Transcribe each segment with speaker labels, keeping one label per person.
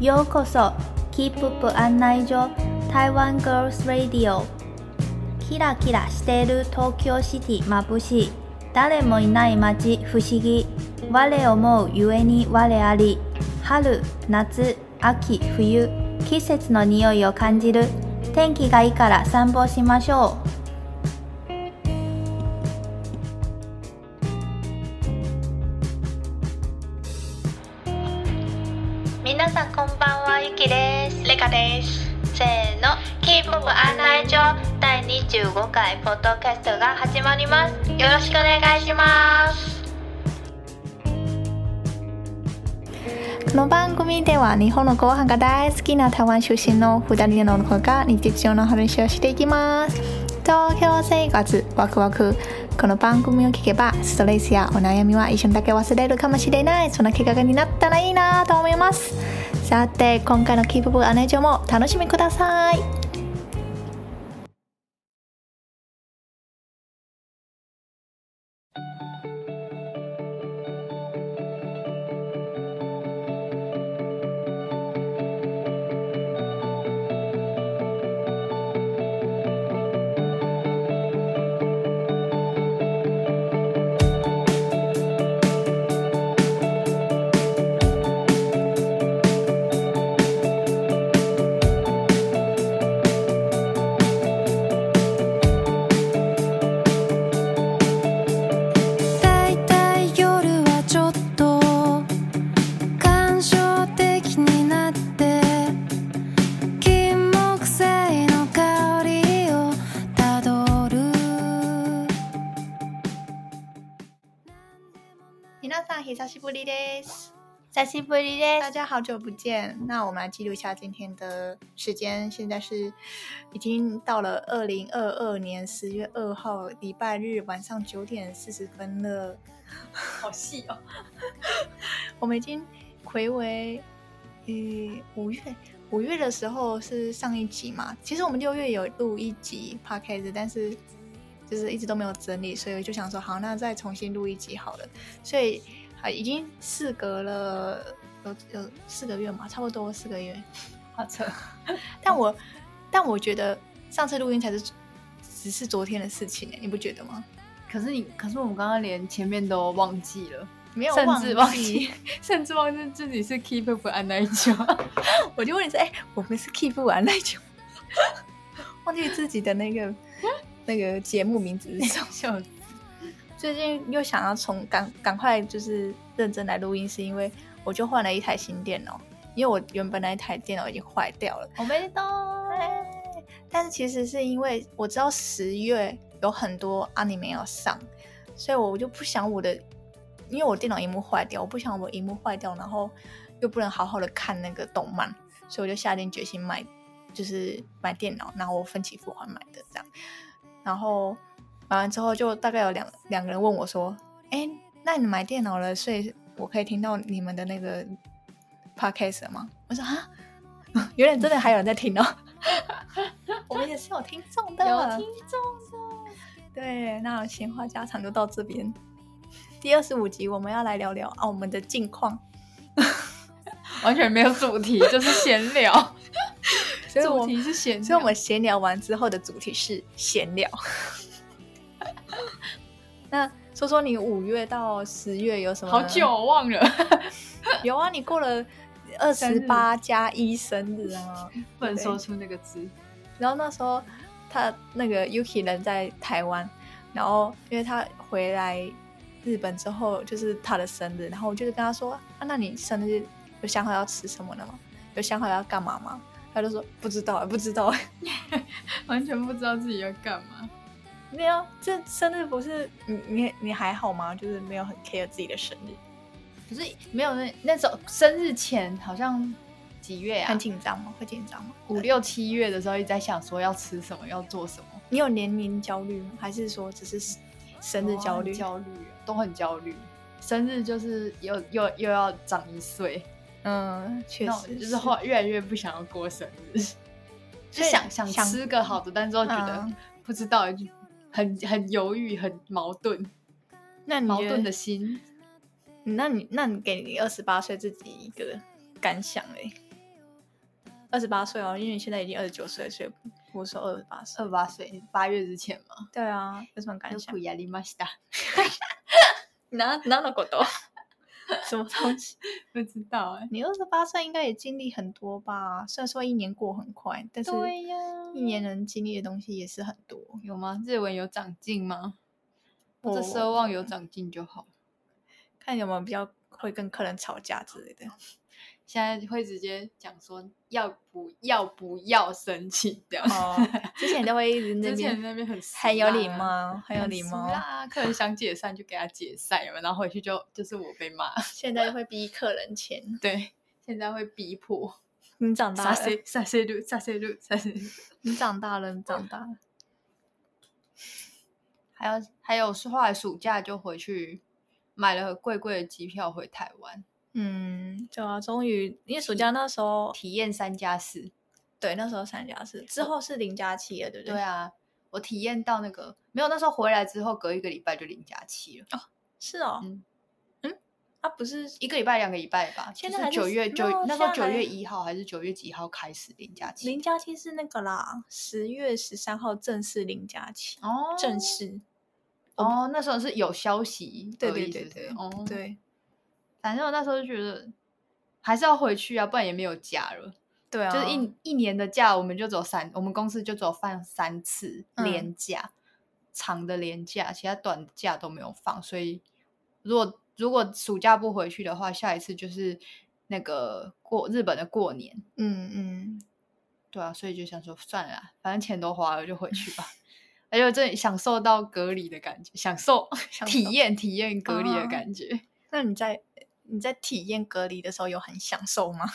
Speaker 1: ようこそ Keep Up 案内所台湾 Girls Radio キラキラしている東京シティまぶしい誰もいない街不思議我思うゆえに我あり春夏秋冬季節の匂いを感じる天気がいいから散歩しましょう皆さんこんばんはゆきです
Speaker 2: レカです。
Speaker 1: せーのキープ部案内所第25回ポッドキャストが始まりますよろしくお願いします
Speaker 2: この番組では日本のご飯が大好きな台湾出身の二人の子が日常の話をしていきます。東京生活ワクワク。この番組を聞けばストレスやお悩みは一瞬だけ忘れるかもしれないそんな企画になったらいいなと思います。さて今回のキープブアネジョも楽しみください。
Speaker 3: だいたい夜はちょっと感傷的になって金木犀の香りをたどる
Speaker 2: 皆さん久しぶりです。
Speaker 1: 久しぶりで
Speaker 2: 大
Speaker 1: す
Speaker 2: 家好久不见，那我们来记录一下今天的时间。现在是已经到了二零二二年十月二号礼拜日晚上九点四十分了。
Speaker 4: 好细哦。
Speaker 2: 我们已经回为呃五月，五月的时候是上一集嘛。其实我们六月有录一集 podcast，但是就是一直都没有整理，所以就想说好，那再重新录一集好了。所以啊，已经事隔了有有四个月嘛，差不多四个月。
Speaker 4: 好扯，
Speaker 2: 但我
Speaker 4: 嗯
Speaker 2: 但我觉得上次录音才是只是昨天的事情欸，你不觉得吗？
Speaker 4: 可是你，可是我们刚刚连前面都忘记了，
Speaker 2: 没有
Speaker 4: 甚
Speaker 2: 忘
Speaker 4: 至
Speaker 2: 记，
Speaker 4: 忘记， 甚至忘记自己是 keep up 安奈久。
Speaker 2: 我就问你说，哎、我们是 keep 不完那久， 忘记自己的那个那个节目名字是什么。
Speaker 4: 笑死
Speaker 2: 最近又想要从赶赶快就是认真来录音，是因为我就换了一台新电脑，因为我原本那一台电脑已经坏掉了。哎
Speaker 4: 我没动。
Speaker 2: 但是其实是因为我知道十月有很多阿尼梅要上，所以我就不想我的，因为我电脑荧幕坏掉，我不想我荧幕坏掉，然后又不能好好的看那个动漫，所以我就下定决心买，就是买电脑，然后我分期付款买的这样。然后买完之后，就大概有两两个人问我说：“哎，那你买电脑了，所以我可以听到你们的那个 podcast 了吗？”我说：“啊， 原来真的还有人在听哦。” 我们也是有听众的，
Speaker 4: 有听众的，
Speaker 2: 对，那闲话家常就到这边。第二十五集我们要来聊聊澳门的近况，
Speaker 4: 完全没有主题，就是 闲聊。
Speaker 2: 所以
Speaker 4: 主
Speaker 2: 我
Speaker 4: 题是闲聊，
Speaker 2: 所以我们闲聊完之后的主题是闲聊。 那说说你五月到十月有什么？
Speaker 4: 好久，哦忘了。
Speaker 2: 有啊，你过了二十八加一生日啊。
Speaker 4: 不能说出那个字，
Speaker 2: 然后那时候他那个 Yuki 人在台湾，然后因为他回来日本之后就是他的生日，然后我就是跟他说啊，那你生日有想好要吃什么了吗？有想好要干嘛吗？他就说不知道、不知道、
Speaker 4: 完全不知道自己要干嘛。
Speaker 2: 没有，这生日不是你你你还好吗？就是没有很 care 自己的生日，
Speaker 4: 可是没有那那时候生日前好像几月啊
Speaker 2: 很？紧张吗？会紧张吗？
Speaker 4: 五六七月的时候一直在想说要吃什么，要做什么。
Speaker 2: 你有年龄焦虑吗？还是说只是生日焦虑？
Speaker 4: 哦很焦虑都很焦虑。生日就是又又又要长一岁，
Speaker 2: 嗯，确
Speaker 4: 那我
Speaker 2: 实
Speaker 4: 就是后来越来越不想要过生 日，就
Speaker 2: 所以
Speaker 4: 想想
Speaker 2: 想
Speaker 4: 吃个好的，但是又觉得
Speaker 2: 嗯
Speaker 4: 不知道，就很很犹豫，很矛盾，
Speaker 2: 那你
Speaker 4: 矛
Speaker 2: 觉得
Speaker 4: 盾的心。
Speaker 2: 那你那你给你二十八岁自己一个感想嘞？二十八岁哦，因为你现在已经二十九岁，所以我说二十八岁
Speaker 4: 二。八岁八月之前嘛，
Speaker 2: 对啊，有什么感想
Speaker 4: 苦？やりました。
Speaker 2: 哪哪のこと？什么东西？
Speaker 4: 不知道哎、
Speaker 2: 你二十八岁应该也经历很多吧？虽然说一年过很快，但是
Speaker 4: 对呀、
Speaker 2: 一年能经历的东西也是很多。
Speaker 4: 有吗？日文有长进吗？或者
Speaker 2: 我
Speaker 4: 奢望有长进就好。
Speaker 2: 看有没有比较会跟客人吵架之类的。
Speaker 4: 现在会直接讲说要不要不要申请这样。
Speaker 2: 哦， 之前都会一直那
Speaker 4: 之前
Speaker 2: 边
Speaker 4: 那边很俗
Speaker 2: 很有礼
Speaker 4: 辣啊
Speaker 2: 貌，很有礼
Speaker 4: 俗
Speaker 2: 貌。
Speaker 4: 啦，客人想解散就给他解散，有没有然后回去就就是我被骂。
Speaker 2: 现在会逼客人钱，
Speaker 4: 对，现在会逼迫。
Speaker 2: 你长大
Speaker 4: 撒
Speaker 2: 了，
Speaker 4: 谁撒谁路撒谁路撒谁路。
Speaker 2: 你长大了，你长大了。
Speaker 4: 还有还有是后来暑假就回去买了贵贵的机票回台湾，
Speaker 2: 嗯，对啊，终于，因为暑假那时候，
Speaker 4: 体验三加四。
Speaker 2: 对，那时候三加四，之后是零加七了，对不哦对？
Speaker 4: 对，啊，我体验到那个没有，那时候回来之后隔一个礼拜就零假期了，
Speaker 2: 是哦，
Speaker 4: 嗯
Speaker 2: 嗯，啊，不是，
Speaker 4: 一个礼拜两个礼拜吧。
Speaker 2: 现
Speaker 4: 就
Speaker 2: 在
Speaker 4: 是
Speaker 2: 还是
Speaker 4: 九月九
Speaker 2: no，
Speaker 4: 那时候
Speaker 2: 现在
Speaker 4: 九
Speaker 2: 还
Speaker 4: 月一号还是九月几号开始零假期？
Speaker 2: 零加七是那个啦，十月十三号正式零加七，
Speaker 4: 哦
Speaker 2: 正式，
Speaker 4: 哦，那时候是有消息
Speaker 2: 对
Speaker 4: 而
Speaker 2: 对
Speaker 4: 已
Speaker 2: 对
Speaker 4: 是不是
Speaker 2: 对
Speaker 4: 哦，
Speaker 2: 对
Speaker 4: 反正我那时候就觉得还是要回去啊，不然也没有假了。
Speaker 2: 对啊，
Speaker 4: 就是一一年的假，我们就走三，我们公司就走放三次
Speaker 2: 嗯
Speaker 4: 连假，长的连假，其他短的假都没有放。所以如果如果暑假不回去的话，下一次就是那个过日本的过年，
Speaker 2: 嗯嗯，
Speaker 4: 对啊，所以就想说算了啦，反正钱都花了，就回去 吧。而且我真的享受到隔离的感觉，享受
Speaker 2: 享
Speaker 4: 体
Speaker 2: 受
Speaker 4: 验体验隔离的
Speaker 2: 哦
Speaker 4: 感觉。
Speaker 2: 那你在你在体验隔离的时候有很享受吗？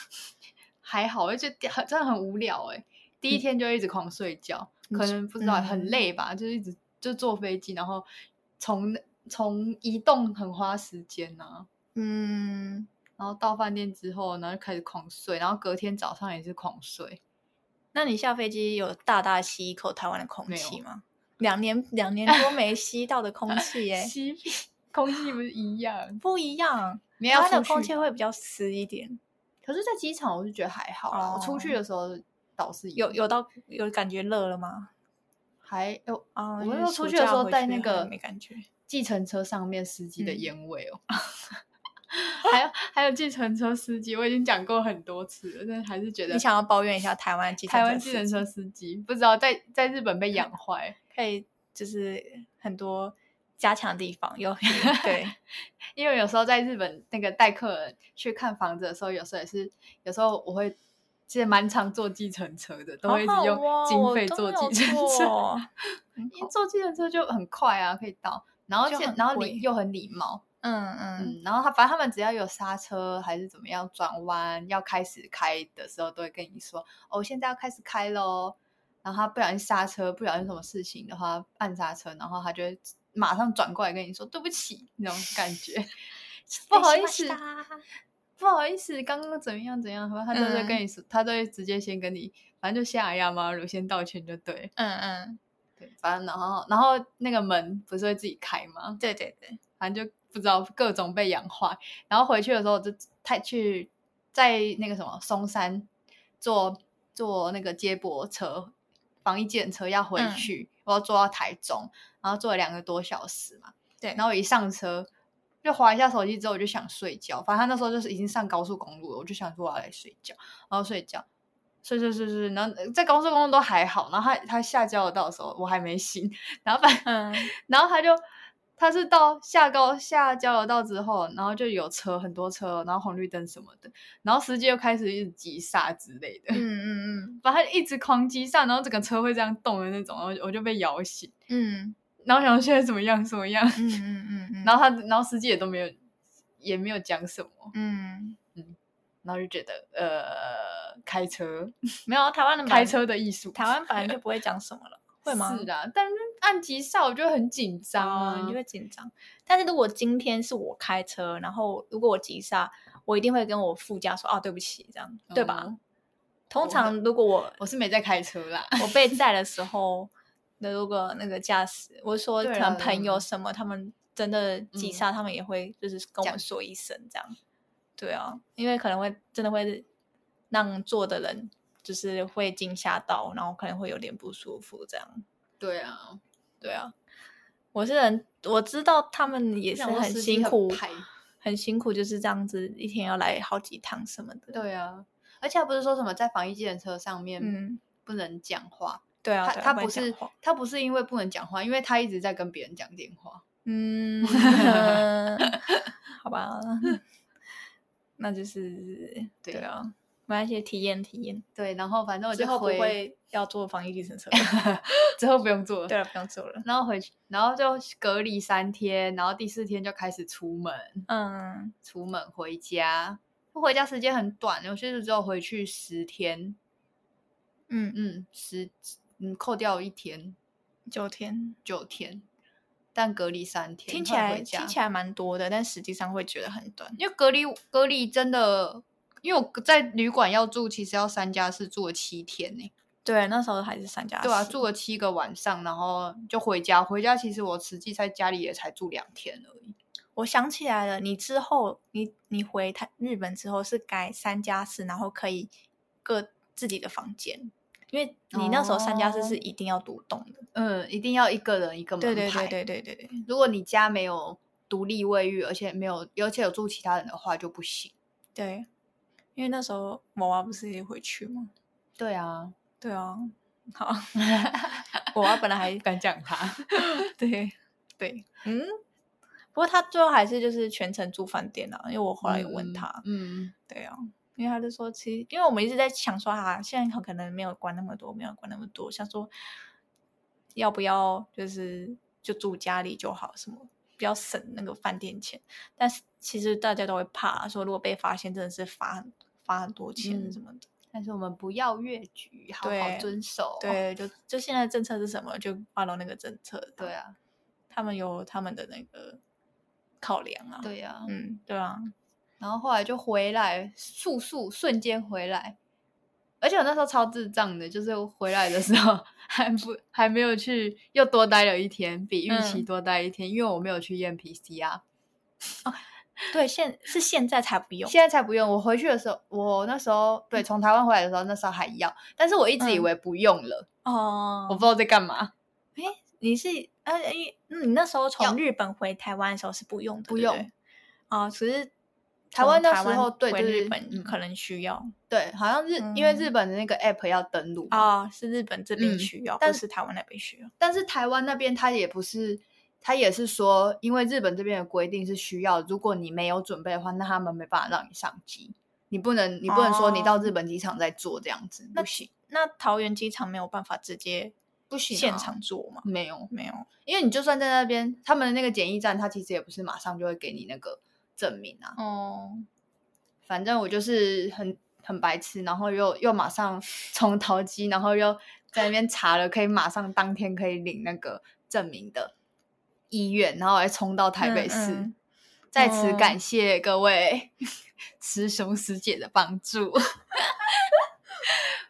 Speaker 4: 还好，而且很真的很无聊哎、第一天就一直狂睡觉，
Speaker 2: 你
Speaker 4: 可
Speaker 2: 是
Speaker 4: 能不知道、很
Speaker 2: 嗯
Speaker 4: 累吧，就一直就坐飞机，然后从从移动很花时间呐、
Speaker 2: 嗯，
Speaker 4: 然后到饭店之后，然后就开始狂睡，然后隔天早上也是狂睡，
Speaker 2: 那你下飞机有大大吸一口台湾的空
Speaker 4: 没
Speaker 2: 气
Speaker 4: 有
Speaker 2: 吗？两年两年多没吸到的空气 耶、
Speaker 4: 吸屁空气不是一样？
Speaker 2: 不一样，
Speaker 4: 没
Speaker 2: 台
Speaker 4: 有
Speaker 2: 湾的
Speaker 4: 出
Speaker 2: 空
Speaker 4: 去
Speaker 2: 气会比较湿一点，
Speaker 4: 可是，在机场我是觉得还好啦，我出去
Speaker 2: 哦
Speaker 4: 的时候倒是
Speaker 2: 有有到有感觉热了吗？
Speaker 4: 还哦有。
Speaker 2: 啊，
Speaker 4: 我
Speaker 2: 因
Speaker 4: 那
Speaker 2: 为
Speaker 4: 时候出
Speaker 2: 暑
Speaker 4: 去的
Speaker 2: 假
Speaker 4: 时候
Speaker 2: 回
Speaker 4: 带
Speaker 2: 去
Speaker 4: 那
Speaker 2: 还
Speaker 4: 个
Speaker 2: 没感觉，
Speaker 4: 计程车上面司机的
Speaker 2: 嗯
Speaker 4: 烟味哦， 还有还有计程车司机，我已经讲过很多次了，但还是觉得
Speaker 2: 你想要抱怨一下台湾计程
Speaker 4: 台湾
Speaker 2: 司
Speaker 4: 计程
Speaker 2: 机
Speaker 4: 车司机不知道在在日本被养坏，
Speaker 2: 可以就是很多加强地方 有对，
Speaker 4: 因为有时候在日本那个带客人去看房子的时候，有时候也是有时候我会。其实蛮常坐计程车的，都
Speaker 2: 好
Speaker 4: 会一直
Speaker 2: 好
Speaker 4: 用
Speaker 2: 哦
Speaker 4: 经
Speaker 2: 我
Speaker 4: 费
Speaker 2: 都
Speaker 4: 坐
Speaker 2: 没有
Speaker 4: 计程车，
Speaker 2: 坐哦
Speaker 4: 因为坐计程车就很快啊，可以到，然后
Speaker 2: 就
Speaker 4: 且
Speaker 2: 很
Speaker 4: 然后
Speaker 2: 贵
Speaker 4: 礼又很礼貌，
Speaker 2: 嗯嗯
Speaker 4: 嗯，然后他反正他们只要有刹车还是怎么样转弯要开始开的时候，都会跟你说哦，现在要开始开喽。然后他不小心刹车，不小心什么事情的话，按刹车，然后他就会马上转过来跟你说对不起那种感觉， 不好意
Speaker 2: 失
Speaker 4: 思
Speaker 2: 礼しました，
Speaker 4: 不好意思，刚刚怎么样怎样，然后他就会跟
Speaker 2: 嗯
Speaker 4: 你说，他都会直接先跟你，反正就先哎呀嘛，我先道歉就对，
Speaker 2: 嗯嗯，
Speaker 4: 对，反正然后然后那个门不是会自己开吗？
Speaker 2: 对对对，
Speaker 4: 反正就不知道各种被养坏。然后回去的时候，我就太去在那个什么松山坐坐那个接驳车，防疫检车要回
Speaker 2: 嗯
Speaker 4: 去，我要坐到台中，然后坐了两个多小时嘛。
Speaker 2: 对
Speaker 4: 然后一上车就划一下手机之后，我就想睡觉。反正他那时候就是已经上高速公路了，我就想说我要来睡觉，然后睡觉。睡睡睡睡，然后在高速公路都还好，然后他他下交流道的时候我还没醒，然后反正
Speaker 2: 嗯，
Speaker 4: 然后他就他是到下高下交流道之后，然后就有车很多车，然后红绿灯什么的，然后司机又开始一直急刹之类 的，
Speaker 2: 嗯嗯
Speaker 4: 把他一直狂急刹，然后整个车会这样动的那种，然后我就被摇醒，
Speaker 2: 嗯
Speaker 4: 然后想说现在怎么样怎么样，
Speaker 2: 嗯嗯嗯 嗯，
Speaker 4: 然
Speaker 2: 后
Speaker 4: 后他然后司机也都没有也没有讲什么，
Speaker 2: 嗯，
Speaker 4: 然后就觉得呃开车
Speaker 2: 没有啊台湾的
Speaker 4: 开
Speaker 2: 版
Speaker 4: 车的艺术，
Speaker 2: 台湾本来 就不会讲什么了，会吗？
Speaker 4: 是啊，但是按急刹我就很紧张
Speaker 2: 啊
Speaker 4: 啊，，
Speaker 2: 你就会紧张。但是如果今天是我开车，然后如果我急刹，我一定会跟我副驾说：“哦，对不起，这样对吧
Speaker 4: 嗯？”
Speaker 2: 通常如果哦我
Speaker 4: 我是没在开车 啦，
Speaker 2: 我被载的时候，那如果那个驾驶，我说
Speaker 4: 对
Speaker 2: 可
Speaker 4: 啦
Speaker 2: 能朋友
Speaker 4: 嗯
Speaker 2: 什么，他们真的急
Speaker 4: 嗯
Speaker 2: 刹，他们也会就是跟我
Speaker 4: 讲
Speaker 2: 们说一声这样。对啊，因为可能会真的会让坐的人就是会惊吓到，然后可能会有点不舒服这样。
Speaker 4: 对啊，
Speaker 2: 对啊，我是很我知道他们也是
Speaker 4: 想说
Speaker 2: 很
Speaker 4: 司机
Speaker 2: 辛
Speaker 4: 很
Speaker 2: 苦，
Speaker 4: 排
Speaker 2: 很辛苦，就是这样子一天要来好几趟什么的。，
Speaker 4: 对啊，而且他不是说什么在防疫计程车上面
Speaker 2: 嗯，
Speaker 4: 不能讲话，
Speaker 2: 对啊，
Speaker 4: 他
Speaker 2: 对啊
Speaker 4: 他
Speaker 2: 会
Speaker 4: 不
Speaker 2: 讲
Speaker 4: 是
Speaker 2: 话
Speaker 4: 他不是因为不能讲话，因为他一直在跟别人讲电话。
Speaker 2: 嗯，好 吧，那就是
Speaker 4: 对
Speaker 2: 对啊，没关系，体验体验。
Speaker 4: 对，然后反正我
Speaker 2: 之
Speaker 4: 就
Speaker 2: 后不
Speaker 4: 回，
Speaker 2: 会要做防疫计 程车了。
Speaker 4: 之后不用做了。
Speaker 2: 对了，啊不用做了。
Speaker 4: 然后回去，然后就隔离三天，然后第四天就开始出门，
Speaker 2: 嗯，
Speaker 4: 出门回家。回家时间很短，我就是只有回去十天，
Speaker 2: 嗯，
Speaker 4: 嗯，十嗯扣掉一天
Speaker 2: 九天
Speaker 4: 九天，但隔离三天，
Speaker 2: 听起
Speaker 4: 后来
Speaker 2: 来
Speaker 4: 回家
Speaker 2: 听起来蛮多的，但实际上会觉得很短。
Speaker 4: 因为隔离隔离真的，因为我在旅馆要住，其实要三加四住了七天呢、
Speaker 2: 对，那时候还是三加
Speaker 4: 对啊，
Speaker 2: 四
Speaker 4: 住了七个晚上，然后就回家。回家其实我实际在家里也才住两天而已。
Speaker 2: 我想起来了，你之后你你回台日本之后是改三加四，然后可以各自己的房间，因为你那时候三加四
Speaker 4: 哦
Speaker 2: 是一定要独栋的。
Speaker 4: 嗯，一定要一个人一个门
Speaker 2: 对对
Speaker 4: 牌
Speaker 2: 对对对对对，
Speaker 4: 如果你家没有独立卫浴，而且没有，而且有住其他人的话就不行。
Speaker 2: 对，因为那时候娃娃不是也回去吗？
Speaker 4: 对 啊，
Speaker 2: 对啊，好，娃娃本来还
Speaker 4: 敢讲他。
Speaker 2: 对对，嗯，不过他最后还是就是全程住饭店啊，因为我后来有问他，
Speaker 4: 嗯，
Speaker 2: 对啊，因为他就说，其实因为我们一直在想说啊，现在可能没有管那么多，没有管那么多，想说要不要就是就住家里就好，什么比较省那个饭店钱。但是其实大家都会怕，说如果被发现，真的是罚很罚很多钱
Speaker 4: 嗯
Speaker 2: 什么的。
Speaker 4: 但是我们不要越矩，好好
Speaker 2: 对
Speaker 4: 遵守。
Speaker 2: 对，就就现在政策是什么，就 follow 那个政策。
Speaker 4: 对，啊，
Speaker 2: 他们有他们的那个考量啊。，
Speaker 4: 对啊。
Speaker 2: 嗯，对啊，
Speaker 4: 然后后来就回来，速速瞬间回来。而且我那时候超智障的，就是回来的时候 还不还没有去，又多待了一天，比预期
Speaker 2: 嗯
Speaker 4: 多待一天，因为我没有去验 PCR。
Speaker 2: 对，现是现在才不用。
Speaker 4: 现在才不用。我回去的时候，我那时候对从台湾回来的时候，那时候还要，但是我一直以
Speaker 2: 嗯
Speaker 4: 为不用了，
Speaker 2: 哦
Speaker 4: 我不知道在干嘛。
Speaker 2: 你是呃，因你那时候
Speaker 4: 要
Speaker 2: 从日本回台湾的时候是不用的，
Speaker 4: 不
Speaker 2: 对
Speaker 4: 用
Speaker 2: 对哦，只是
Speaker 4: 台湾
Speaker 2: 从
Speaker 4: 那时候对
Speaker 2: 回
Speaker 4: 就是
Speaker 2: 日本
Speaker 4: 嗯
Speaker 2: 可能需要
Speaker 4: 对，好像日、因为日
Speaker 2: 嗯
Speaker 4: 本的那个 app 要登录嘛，
Speaker 2: 哦，是日本这边
Speaker 4: 嗯
Speaker 2: 需要，
Speaker 4: 但
Speaker 2: 不是台湾那边需要。
Speaker 4: 但是台湾那边它也不是。他也是说，因为日本这边的规定是需要，如果你没有准备的话，那他们没办法让你上机。你不能，你不能说你到日本机场再做这样子，
Speaker 2: 那
Speaker 4: 不行，
Speaker 2: 那桃园机场没有办法直接
Speaker 4: 不行啊、
Speaker 2: 现场做吗？
Speaker 4: 没有，
Speaker 2: 没有
Speaker 4: 因为你就算在那边，他们的那个检疫站，他其实也不是马上就会给你那个证明啊。
Speaker 2: 哦，
Speaker 4: 反正我就是很很白痴，然后又又马上 从淘机，然后又在那边查了，可以马上当天可以领那个证明的医院，然后还冲到台北市。
Speaker 2: 嗯嗯
Speaker 4: 在此
Speaker 2: 哦
Speaker 4: 感谢各位 师兄师姐的帮助。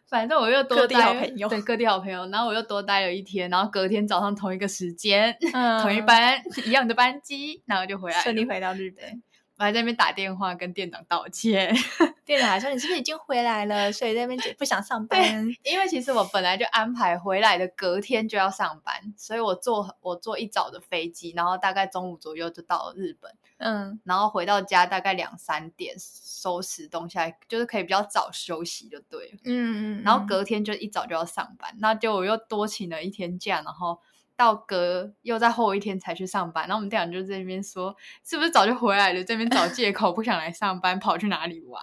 Speaker 4: 反正我又多
Speaker 2: 各地好
Speaker 4: 待了
Speaker 2: 朋友
Speaker 4: 对各地好朋友，然后我又多待了一天，然后隔天早上同一个时间、
Speaker 2: 嗯
Speaker 4: 同一班 一样的班机，然后就回来了，
Speaker 2: 顺利回到日本。
Speaker 4: 我还在那边打电话跟店长道歉，
Speaker 2: 店长还说你是不是已经回来了，所以在那边就不想上班。
Speaker 4: 因为其实我本来就安排回来的隔天就要上班，所以我坐我坐一早的飞机，然后大概中午左右就到了日本，
Speaker 2: 嗯，
Speaker 4: 然后回到家大概两三点收拾东西，还就是可以比较早休息就对了。
Speaker 2: 嗯嗯，
Speaker 4: 然后
Speaker 2: 嗯
Speaker 4: 隔天就一早就要上班，那就我又多请了一天假，然后到隔又在后一天才去上班。然后我们店长就在那边说，是不是早就回来了？这边找借口不想来上班，跑去哪里玩？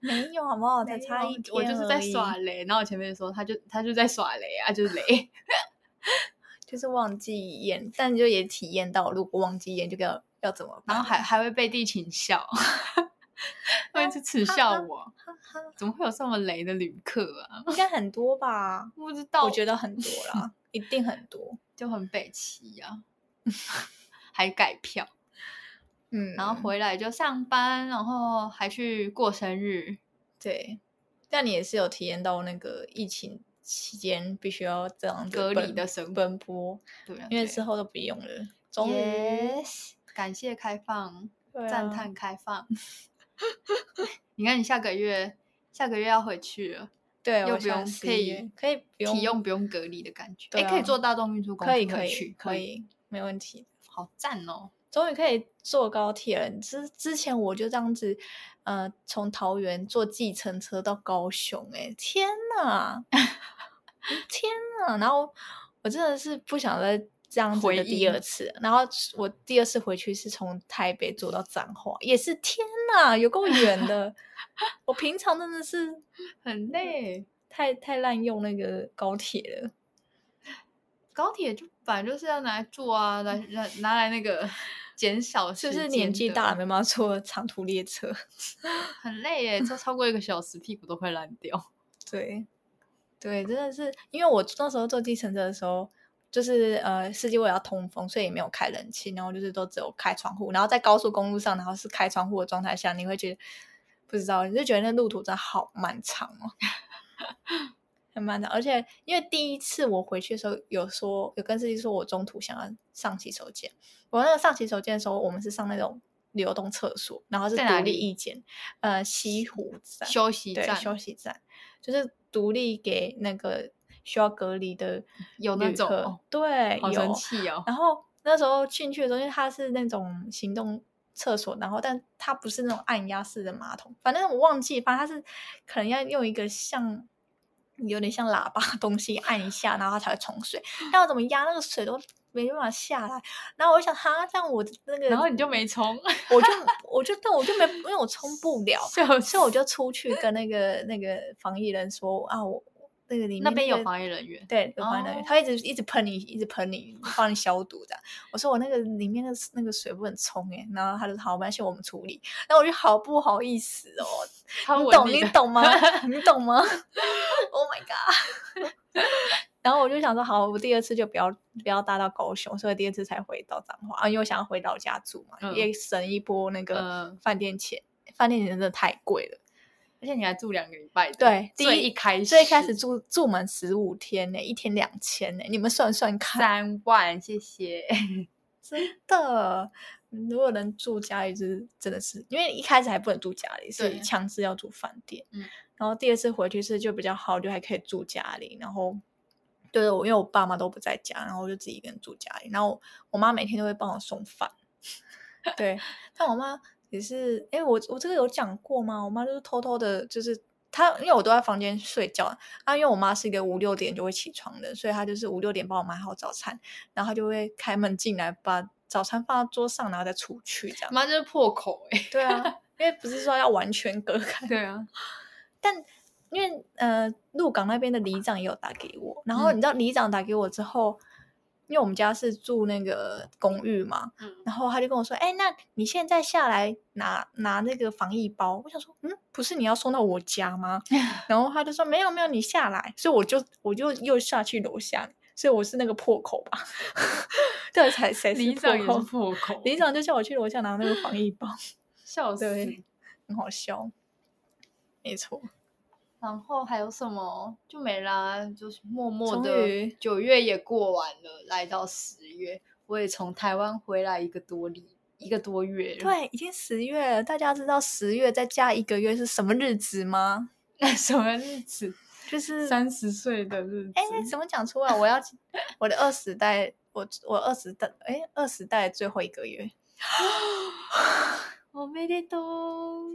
Speaker 2: 没有好不好？才
Speaker 4: 没
Speaker 2: 差
Speaker 4: 有
Speaker 2: 一天，
Speaker 4: 我就是在耍，雷。然后我前面就说，他就他就在耍雷啊，就是雷。
Speaker 2: 就是忘记验，但就也体验到，如果忘记验，就要要怎么办？
Speaker 4: 然后还还会被地请笑， 会一直耻笑我，
Speaker 2: 哎哈哈，
Speaker 4: 怎么会有这么雷的旅客啊？
Speaker 2: 应该很多吧？
Speaker 4: 不知道，
Speaker 2: 我觉得很多 啦，一定很多。
Speaker 4: 就很北齐呀、 还改票，
Speaker 2: 嗯
Speaker 4: 然后回来就上班，然后还去过生日。
Speaker 2: 对，但你也是有体验到那个疫情期间必须要这样子
Speaker 4: 隔
Speaker 2: 奔
Speaker 4: 离的生活
Speaker 2: 奔波，
Speaker 4: 对啊，
Speaker 2: 因为
Speaker 4: 对
Speaker 2: 之后都不用了。终于，
Speaker 4: Yes，感谢开放，
Speaker 2: 对啊
Speaker 4: 赞 叹开放。你看，你下个月下个月要回去了，
Speaker 2: 对，
Speaker 4: 又
Speaker 2: 我
Speaker 4: 不用
Speaker 2: 想十
Speaker 4: 可
Speaker 2: 一
Speaker 4: 以
Speaker 2: 月可以不用
Speaker 4: 体用不用隔离的感觉。
Speaker 2: 对
Speaker 4: 哎、可以
Speaker 2: 啊
Speaker 4: 做大众运输工具，
Speaker 2: 可以
Speaker 4: 我
Speaker 2: 可
Speaker 4: 也
Speaker 2: 以
Speaker 4: 去嗯
Speaker 2: 可，以，没问题。
Speaker 4: 好赞哦！
Speaker 2: 终于可以坐高铁了。之之前我就这样子，呃，从桃园坐计程车到高雄、哎，天 呐，天呐！然后我真的是不想再这样子
Speaker 4: 回
Speaker 2: 的第二
Speaker 4: 忆
Speaker 2: 次。然后我第二次回去是从台北坐到彰化，也是天呐，有够远的。我平常真的是
Speaker 4: 很累，
Speaker 2: 太太滥用那个高铁了。
Speaker 4: 高铁就反正就是要拿来坐啊，来拿拿来那个减少
Speaker 2: 嗯是
Speaker 4: 时
Speaker 2: 不
Speaker 4: 间的，
Speaker 2: 是年纪大了没办法坐长途列车？
Speaker 4: 很 累耶，坐超过一个小时屁股都快烂掉。
Speaker 2: 对，对，真的是因为我那时候坐计程车的时候，就是呃，司机为了要通风，所以也没有开冷气，然后就是都只有开窗户，然后在高速公路上，然后是开窗户的状态下，你会觉得不知道，你就觉得那路途真的好漫长哦， 很漫长。而且因为第一次我回去的时候，有说有跟司机说我中途想要上洗手间，我那个上洗手间的时候，我们是上那种流动厕所，然后是
Speaker 4: 在
Speaker 2: 独
Speaker 4: 哪
Speaker 2: 立
Speaker 4: 里
Speaker 2: 一间，呃，西湖站。
Speaker 4: 休息
Speaker 2: 对
Speaker 4: 站
Speaker 2: 休息站，就是独立给那个需要隔离的
Speaker 4: 有那
Speaker 2: 旅
Speaker 4: 种
Speaker 2: 客
Speaker 4: 哦
Speaker 2: 对
Speaker 4: 好
Speaker 2: 有
Speaker 4: 生。气哦，
Speaker 2: 然后那时候进去的时候，因为它是那种行动厕所，然后但它不是那种按压式的马桶，反正我忘记，反正它是可能要用一个像。有点像喇叭的东西按一下，然后它才会冲水。但我怎么压那个水都没办法下来。然后我就想，哈，这样我的那个，
Speaker 4: 然后你就没冲，
Speaker 2: 我就我就对我就没，因为我冲不了。
Speaker 4: 笑死
Speaker 2: 所以我就出去跟那个那个防疫人说啊，我那个里面、
Speaker 4: 那边有
Speaker 2: 疫，
Speaker 4: 防疫人员，
Speaker 2: 对，有防疫人员，
Speaker 4: 哦
Speaker 2: 他一直一直喷你，一直喷你，帮你消毒这样。我说我那个里面的那个水不能冲哎、然后他就说好，没关系，我们处理。 然后我就好不好意思哦，
Speaker 4: 他
Speaker 2: 你
Speaker 4: 闻
Speaker 2: 懂
Speaker 4: 你
Speaker 2: 你
Speaker 4: 的
Speaker 2: 懂 吗？你懂吗？Oh my god！然后我就想说，好，我第二次就不要不要搭到高雄，所以第二次才回到彰化，啊，因为我想要回老家住嘛，
Speaker 4: 嗯
Speaker 2: 也省一波那个
Speaker 4: 嗯
Speaker 2: 饭店钱，饭店钱真的太贵了。
Speaker 4: 而且你还住两个礼拜的，
Speaker 2: 对第
Speaker 4: 最
Speaker 2: 一
Speaker 4: 一开始
Speaker 2: 最一开始住住满十五天呢、一天两千呢、你们算算看，
Speaker 4: 三万，谢谢。
Speaker 2: 真的，嗯如果能住家里，就是真的是，因为一开始还不能住家里，所以
Speaker 4: 对
Speaker 2: 强制要住饭店。
Speaker 4: 嗯，
Speaker 2: 然后第二次回去是就比较好，就还可以住家里，然后。对，我因为我爸妈都不在家，然后我就自己一个人住家里。然后我妈每天都会帮我送饭， 对，但我妈也是，哎、我我这个有讲过吗？我妈就是偷偷的，就是她，因为我都在房间睡觉啊，因为我妈是一个五六点就会起床的，所以她就是五六点帮我买好早餐，然后她就会开门进来，把早餐放到桌上，然后再出去这样。
Speaker 4: 妈就是破口哎、
Speaker 2: 对啊，因为不是说要完全隔开，
Speaker 4: 对啊，
Speaker 2: 但因为呃，鹿港那边的里长也有打给我，然后
Speaker 4: 嗯
Speaker 2: 你知道里长打给我之后，因为我们家是住那个公寓嘛，
Speaker 4: 嗯
Speaker 2: 然后他就跟我说：“哎、那你现在下来拿拿那个防疫包。”我想说：“嗯，不是你要送到我家吗？” 然后他就说：“没有没有，你下来。”所以我就我就又下去楼下，所以我是那个破口吧？ 对，才谁是
Speaker 4: 里
Speaker 2: 破
Speaker 4: 长也是
Speaker 2: 口？
Speaker 4: 破口，
Speaker 2: 里长就叫我去楼下拿那个防疫包，
Speaker 4: 笑死。
Speaker 2: 对很好笑，没错。
Speaker 4: 然后还有什么就没啦，就是默默
Speaker 2: 终
Speaker 4: 的
Speaker 2: 于
Speaker 4: 九月也过完了，来到十月，我也从台湾回来一个多礼一个多月了，
Speaker 2: 对，已经十月了，大家知道十月再加一个月是什么日子吗？
Speaker 4: 对， 什么日子？
Speaker 2: 就是
Speaker 4: 三十岁的日子，
Speaker 2: 哎，那怎么讲出来？我要我的二十代，我我二十代，哎，二十代最后一个月，
Speaker 4: 我没得多，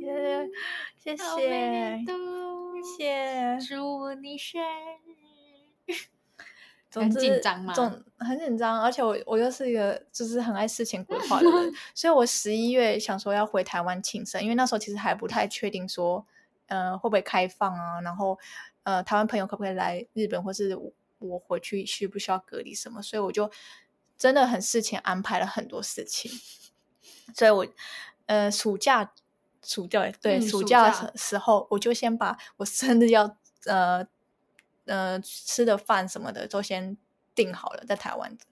Speaker 2: 谢谢
Speaker 4: おめ
Speaker 2: 谢
Speaker 4: でとう
Speaker 2: 谢谢。
Speaker 4: 祝你生日。
Speaker 2: 总
Speaker 4: 很
Speaker 2: 之
Speaker 4: 紧张吗
Speaker 2: 总嗯很紧张，而且我我又是一个就是很爱事前规划的人，所以我十一月想说要回台湾庆生，因为那时候其实还不太确定说，呃，会不会开放啊，然后呃，台湾朋友可不可以来日本，或是我我回去需不需要隔离什么，所以我就真的很事前安排了很多事情，所以我呃暑假暑假对、
Speaker 4: 嗯
Speaker 2: 暑
Speaker 4: 暑
Speaker 2: 假
Speaker 4: 假
Speaker 2: 的时时候，我就先把我生日要呃呃吃的饭什么的都先订好了，在台湾的，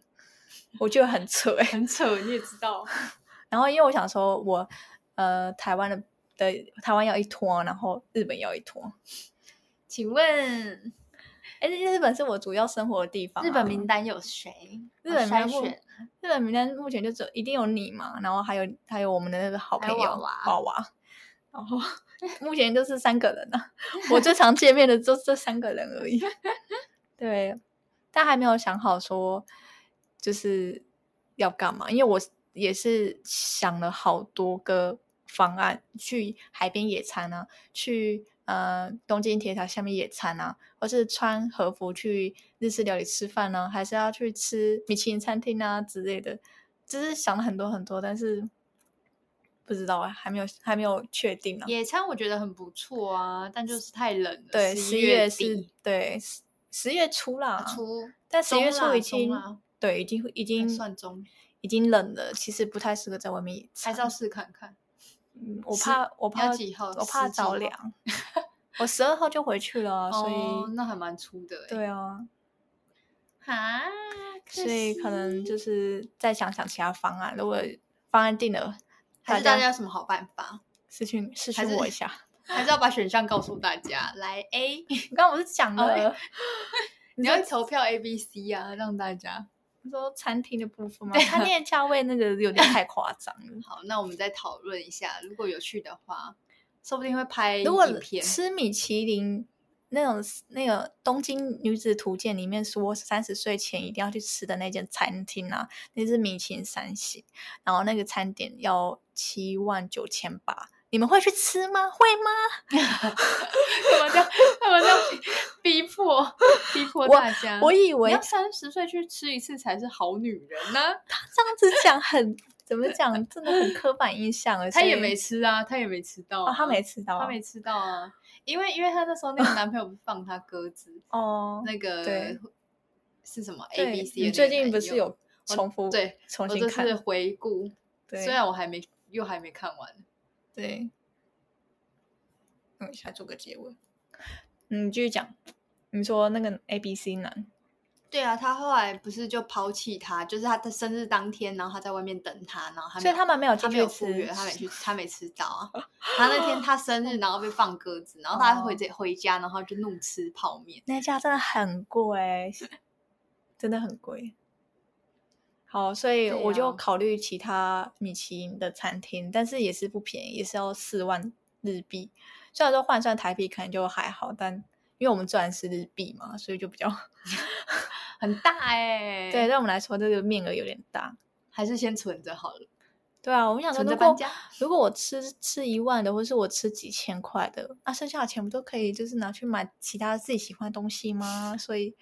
Speaker 2: 我觉得很扯哎、
Speaker 4: 很扯，你也知道，
Speaker 2: 然后因为我想说我，呃台湾的的台湾要一拖，然后日本要一拖。
Speaker 4: 请问
Speaker 2: 哎，日本是我主要生活的地方啊、
Speaker 4: 日本名单有谁？
Speaker 2: 日
Speaker 4: 我
Speaker 2: 本名单
Speaker 4: 筛
Speaker 2: 目
Speaker 4: 选
Speaker 2: 日本名单目前就只有一定有你嘛，然后还有还有我们的那个好
Speaker 4: 还
Speaker 2: 朋
Speaker 4: 有
Speaker 2: 友
Speaker 4: 娃娃
Speaker 2: 娃娃，然后目前就是三个人啊，我最常见面的就这三个人而已。 对，但还没有想好说就是要干嘛，因为我也是想了好多个方案，去海边野餐啊，去呃东京铁塔下面野餐啊，或是穿和服去日式料理吃饭呢、还是要去吃米其林餐厅啊之类的，就是想了很多很多，但是不知道啊，还没有还没有确定啊。
Speaker 4: 野餐我觉得很不错啊，但就是太冷了。
Speaker 2: 对，
Speaker 4: 十
Speaker 2: 十月是
Speaker 4: 底，啊
Speaker 2: 对十十月初啦，
Speaker 4: 初，
Speaker 2: 但十
Speaker 4: 中
Speaker 2: 月
Speaker 4: 啦
Speaker 2: 初已
Speaker 4: 中
Speaker 2: 经
Speaker 4: 啦
Speaker 2: 对，已经已经
Speaker 4: 算中
Speaker 2: 已经冷了，其实不太适合在外面野
Speaker 4: 还
Speaker 2: 餐
Speaker 4: 是。要试看看。
Speaker 2: 嗯我
Speaker 4: 十
Speaker 2: 怕我
Speaker 4: 你要
Speaker 2: 怕
Speaker 4: 几号
Speaker 2: 我怕
Speaker 4: 十几
Speaker 2: 着
Speaker 4: 号
Speaker 2: 凉， 我十二号就回去了啊，所
Speaker 4: 哦，
Speaker 2: 以
Speaker 4: 那还蛮粗的欸。
Speaker 2: 对啊，
Speaker 4: 啊，
Speaker 2: 所以可能
Speaker 4: 惜
Speaker 2: 就是再想想其他方案。如果方案定了，
Speaker 4: 还是大家有什么好办法？
Speaker 2: 私讯私
Speaker 4: 还
Speaker 2: 讯
Speaker 4: 是
Speaker 2: 我一下。
Speaker 4: 还是要把选项告诉大家。来 A，
Speaker 2: 我刚刚不是讲
Speaker 4: 哦
Speaker 2: 了，
Speaker 4: 你要投票 A、B、C 啊，让大家。
Speaker 2: 你说餐厅的部分吗？
Speaker 4: 对
Speaker 2: 餐厅的价位那个有点太夸张了。
Speaker 4: 好，那我们再讨论一下，如果有去的话，说不定会拍
Speaker 2: 如果
Speaker 4: 影片。
Speaker 2: 吃米其林那种那个《东京女子图鉴》里面说三十岁前一定要去吃的那间餐厅啊，那是米其林三星，然后那个餐点要七万九千八，你们会去吃吗？会吗？
Speaker 4: 干嘛这样？干嘛这样逼逼迫逼迫大家？
Speaker 2: 我以
Speaker 4: 你
Speaker 2: 为
Speaker 4: 要三十岁去吃一次才是好女人 呢、
Speaker 2: 他这样子讲很怎么讲，真的很刻板印象 了。
Speaker 4: 她也
Speaker 2: 所以
Speaker 4: 没吃啊，她也没吃到、
Speaker 2: 哦，
Speaker 4: 啊
Speaker 2: 他没吃到啊，
Speaker 4: 她没吃到啊，因为因为她那时候那个男朋友不是放她鸽子，
Speaker 2: 哦。
Speaker 4: 那个
Speaker 2: 对
Speaker 4: 是什么 A
Speaker 2: 对
Speaker 4: B C？
Speaker 2: 你
Speaker 4: 的
Speaker 2: 最
Speaker 4: 那个
Speaker 2: 近不
Speaker 4: 男
Speaker 2: 是
Speaker 4: 友
Speaker 2: 有重复
Speaker 4: 对
Speaker 2: 重
Speaker 4: 我
Speaker 2: 新
Speaker 4: 这
Speaker 2: 看
Speaker 4: 次？回顾，
Speaker 2: 对
Speaker 4: 虽然我还没又还没看完，
Speaker 2: 对，等一下做个结尾。嗯，你继续讲。你说那个 A B C 男，
Speaker 4: 对啊，他后来不是就抛弃他，就是他的生日当天，然后他在外面等他，然后他没
Speaker 2: 所以
Speaker 4: 有
Speaker 2: 他们没有进
Speaker 4: 他没
Speaker 2: 去
Speaker 4: 有赴
Speaker 2: 吃
Speaker 4: 约，，他没去，他没吃 到啊。他那天他生日，然后被放鸽子，然后他
Speaker 2: 哦
Speaker 4: 回家回家，然后就怒吃泡面。
Speaker 2: 那家真的很贵，真的很贵。好，所以
Speaker 4: 对
Speaker 2: 我就
Speaker 4: 啊
Speaker 2: 考虑其他米其林的餐厅，但是也是不便宜，也是要四万日币。虽然说换算台币可能就还好，但因为我们赚的是日币嘛，所以就比较
Speaker 4: 很大哎、
Speaker 2: 对，，对我们来说这个面额有点大。
Speaker 4: 还是先存着好了，
Speaker 2: 对啊，我想说，
Speaker 4: 存
Speaker 2: 如
Speaker 4: 着
Speaker 2: 果
Speaker 4: 搬家。
Speaker 2: 如果我吃吃一万的，或是我吃几千块的，那剩下的钱不都可以就是拿去买其他自己喜欢的东西吗？所以，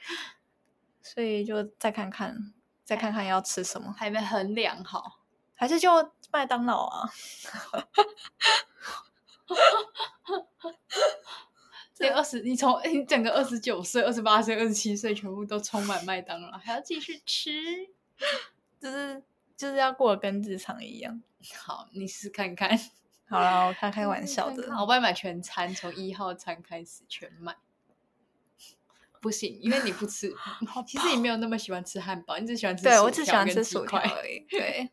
Speaker 2: 所以就再看看，再看看要吃什么，
Speaker 4: 还没衡量好，
Speaker 2: 还是就麦当劳啊？
Speaker 4: 这二十，你从哎你整个二十九岁、二十八岁、二十七岁，全部都充满麦当劳， 还要继续吃。
Speaker 2: 就是就是要过得跟日常一样。
Speaker 4: 好，你试看看，
Speaker 2: 好啦，我开开玩笑
Speaker 4: 看
Speaker 2: 的
Speaker 4: 看。我帮你买全餐，从一号餐开始全买。不行，因为你不 吃，其实你没有那么喜欢吃汉堡，你只喜欢吃
Speaker 2: 对
Speaker 4: 薯
Speaker 2: 我只喜
Speaker 4: 条
Speaker 2: 欢
Speaker 4: 跟
Speaker 2: 吃
Speaker 4: 鸡
Speaker 2: 薯条
Speaker 4: 块
Speaker 2: 而已。对，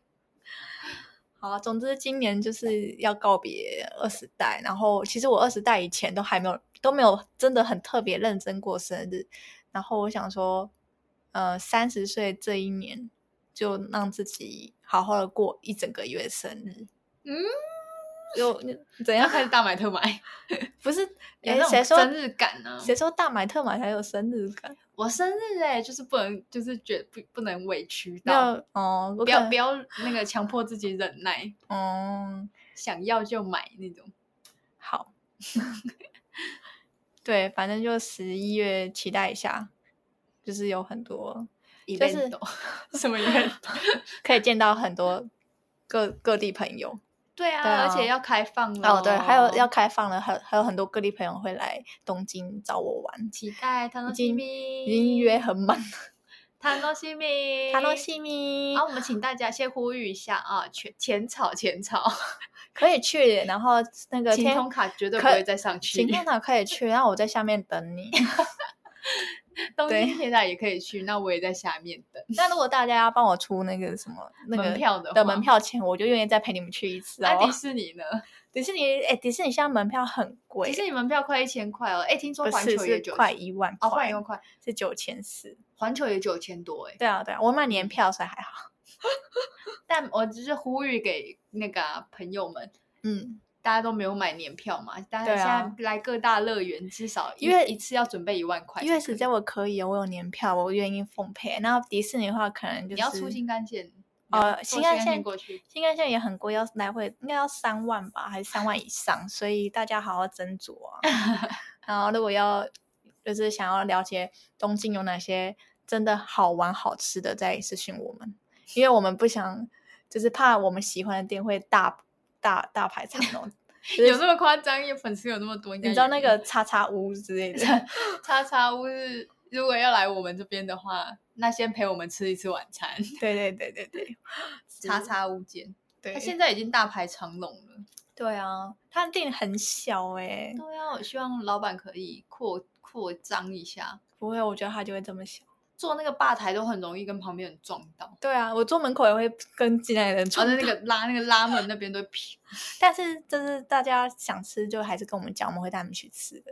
Speaker 2: 好，总之今年就是要告别二十代，然后其实我二十代以前都还没有都没有真的很特别认真过生日，然后我想说，呃，三十岁这一年就让自己好好的过一整个月生日。
Speaker 4: 嗯，
Speaker 2: 就怎
Speaker 4: 要
Speaker 2: 样？
Speaker 4: 开始大买特买，
Speaker 2: 不是？
Speaker 4: 有
Speaker 2: 哎
Speaker 4: 那，种
Speaker 2: 谁说
Speaker 4: 生日感啊呢
Speaker 2: 谁说大买特买才有生日感？
Speaker 4: 我生日哎、就是不能，就是觉不不能委屈
Speaker 2: 没
Speaker 4: 到
Speaker 2: 有，哦，我
Speaker 4: 不
Speaker 2: 可
Speaker 4: 要
Speaker 2: 能
Speaker 4: 不要那个强迫自己忍耐，
Speaker 2: 哦。
Speaker 4: 想要就买那种。
Speaker 2: 好， 对，反正就十一月期待一下，就是有很多
Speaker 4: 就是 evento 哦 什么 event？
Speaker 2: 可以见到很多各各地朋友
Speaker 4: 对啊，
Speaker 2: 对啊
Speaker 4: 而且要开放了
Speaker 2: 哦，对，还有要开放了，还有还有很多各地朋友会来东京找我玩，
Speaker 4: 期待他
Speaker 2: 已
Speaker 4: 楽し
Speaker 2: 经
Speaker 4: み，
Speaker 2: 已经约很满了，
Speaker 4: 他楽しみ，
Speaker 2: 楽しみ
Speaker 4: 然后我们请大家先呼吁一下啊，全浅草浅草，
Speaker 2: 可以去，然后那 个
Speaker 4: 晴
Speaker 2: 天
Speaker 4: 空卡绝对不
Speaker 2: 可
Speaker 4: 会再上去
Speaker 2: 晴。空塔可以 去，然后我在下面等你。
Speaker 4: 东
Speaker 2: 对
Speaker 4: 京铁塔也可以去，那我也在下面等。
Speaker 2: 那如果大家要帮我出那个什么那个
Speaker 4: 门票的
Speaker 2: 的
Speaker 4: 话
Speaker 2: 门票钱，我就愿意再陪你们去一次
Speaker 4: 那
Speaker 2: 哦。
Speaker 4: 迪士尼呢？
Speaker 2: 迪士尼，哎、迪士尼现在门票很贵，
Speaker 4: 迪士尼门票快一千块哦，哎，听说
Speaker 2: 不
Speaker 4: 环
Speaker 2: 呃是
Speaker 4: 球也
Speaker 2: 是
Speaker 4: 九
Speaker 2: 快一万
Speaker 4: 哦，快一万块，
Speaker 2: 是九千四。
Speaker 4: 环球也九千多哎。
Speaker 2: 对啊，对啊，我买年票所以还好。
Speaker 4: 但我只是呼吁给那个啊朋友们，
Speaker 2: 嗯，
Speaker 4: 大家都没有买年票嘛，大家
Speaker 2: 对
Speaker 4: 现
Speaker 2: 啊
Speaker 4: 在来各大乐园至少一
Speaker 2: 因为
Speaker 4: 一次要准备一万块才可以。
Speaker 2: 因为实在我可以，我有年票，我愿意奉陪。那迪士尼的话，可能就是
Speaker 4: 你要出新干线，你要
Speaker 2: 呃新
Speaker 4: 坐新
Speaker 2: 干
Speaker 4: 干
Speaker 2: 线
Speaker 4: 过去，
Speaker 2: 新干线也很贵，要来回应该要三万吧，还是三万以上，所以大家好好斟酌 啊。然后如果要就是想要了解东京有哪些真的好玩好吃的，再私信我们，因为我们不想就是怕我们喜欢的店会大大大排长龙，就是
Speaker 4: 有那么夸张？有粉丝有那么多？应
Speaker 2: 你
Speaker 4: 该
Speaker 2: 知道
Speaker 4: 有
Speaker 2: 那个叉叉屋之类 的，
Speaker 4: 叉叉屋是，如果要来我们这边的话，那先陪我们吃一次晚 餐。
Speaker 2: 对对对对对，
Speaker 4: 叉叉屋见，
Speaker 2: 对，
Speaker 4: 他现在已经大排长龙了。
Speaker 2: 对啊，他的店很小哎、
Speaker 4: 对啊，我希望老板可以扩扩张一下，
Speaker 2: 不会，我觉得他就会这么小。
Speaker 4: 坐那个吧台都很容易跟旁边人撞到，
Speaker 2: 对啊，我坐门口也会跟进来的人
Speaker 4: 而
Speaker 2: 撞
Speaker 4: 且
Speaker 2: 到、
Speaker 4: 那个拉那个拉门那边都会 劈。
Speaker 2: 但是就是大家想吃就还是跟我们讲，我们会带你们去吃的。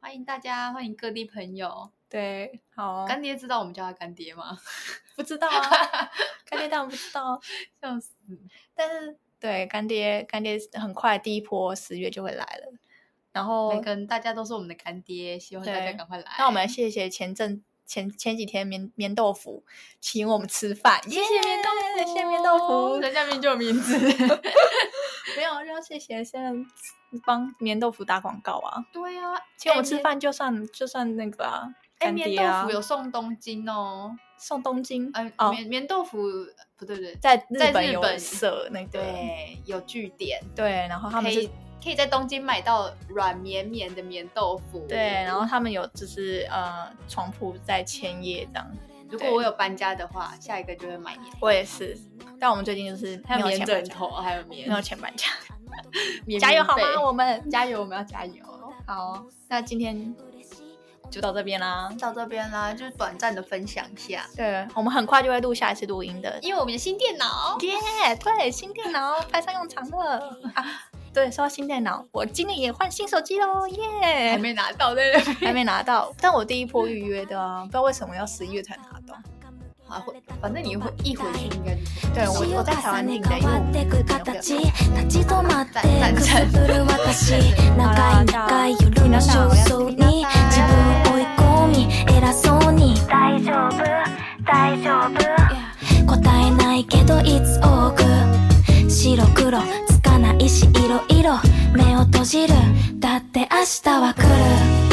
Speaker 4: 欢迎大家，欢迎各地朋友。
Speaker 2: 对，好，
Speaker 4: 干爹知道我们叫他干爹吗？
Speaker 2: 不知道啊，干爹当然不知道，
Speaker 4: 笑死！
Speaker 2: 但是对干爹，干爹很快第一波十月就会来了。然后
Speaker 4: 每，个人大家都是我们的干爹，希望大家
Speaker 2: 哦对
Speaker 4: 赶快来。
Speaker 2: 那我们来谢谢前阵前前几天棉棉豆腐请我们吃饭，谢
Speaker 4: 谢谢面豆腐，
Speaker 2: 谢谢棉豆腐，
Speaker 4: 人家明明就有名字。
Speaker 2: 没有啊要谢谢现在帮棉豆腐打广告啊，
Speaker 4: 对啊，
Speaker 2: 请我们
Speaker 4: 哎
Speaker 2: 吃。饭就算就算那个啊，
Speaker 4: 哎，
Speaker 2: 干
Speaker 4: 棉
Speaker 2: 爹
Speaker 4: 豆
Speaker 2: 啊
Speaker 4: 腐，有送东京哦，
Speaker 2: 送东京，
Speaker 4: 嗯，
Speaker 2: 哦，
Speaker 4: 棉棉豆腐不对不对，
Speaker 2: 在日
Speaker 4: 在
Speaker 2: 本
Speaker 4: 日
Speaker 2: 有
Speaker 4: 本
Speaker 2: 设那个
Speaker 4: 对，有据点，
Speaker 2: 对，然后他
Speaker 4: 可
Speaker 2: 们
Speaker 4: 以
Speaker 2: 是
Speaker 4: 可以在东京买到软绵绵的棉豆腐。
Speaker 2: 对，然后他们有就是呃床铺在千叶这样，
Speaker 4: 如果我有搬家的话，下一个就会买棉，
Speaker 2: 我也是，但我们最近就是
Speaker 4: 还
Speaker 2: 没
Speaker 4: 有
Speaker 2: 有
Speaker 4: 棉
Speaker 2: 钱
Speaker 4: 枕
Speaker 2: 搬家
Speaker 4: 头，还哦有棉
Speaker 2: 没有钱搬家，
Speaker 4: 棉
Speaker 2: 加油
Speaker 4: 棉
Speaker 2: 好
Speaker 4: 被
Speaker 2: 吗？我们
Speaker 4: 加油，我们要加油。
Speaker 2: 好，那今天就到这边啦。
Speaker 4: 到这边啦，就是短暂的分享一下，
Speaker 2: 对，我们很快就会录下一次录音的。
Speaker 4: 因为我们的新电脑
Speaker 2: 耶、对，新电脑派上用场了啊！对，说到新电脑，我今年也换新手机喽，耶、
Speaker 4: 还没拿到，对不对？
Speaker 2: 还没拿到，但我第一波预约的啊，不知道为什么要十一月才拿到。
Speaker 4: 好，会反正你会一回去应该就
Speaker 2: 对
Speaker 3: 年
Speaker 2: 我
Speaker 3: を
Speaker 2: 我在台
Speaker 3: 重
Speaker 2: 湾
Speaker 3: ね
Speaker 2: 订的，
Speaker 3: 変
Speaker 2: 因
Speaker 3: わ
Speaker 2: 为
Speaker 3: って
Speaker 2: 我
Speaker 3: く
Speaker 2: 没有表
Speaker 3: 形立ち止まってくすぶる私長い長い夜の焦燥に自分追い込み偉そうに
Speaker 1: 大丈夫大丈夫
Speaker 3: 答えないけど It's all good 白黒つかないし色々目を閉じるだって明日は来る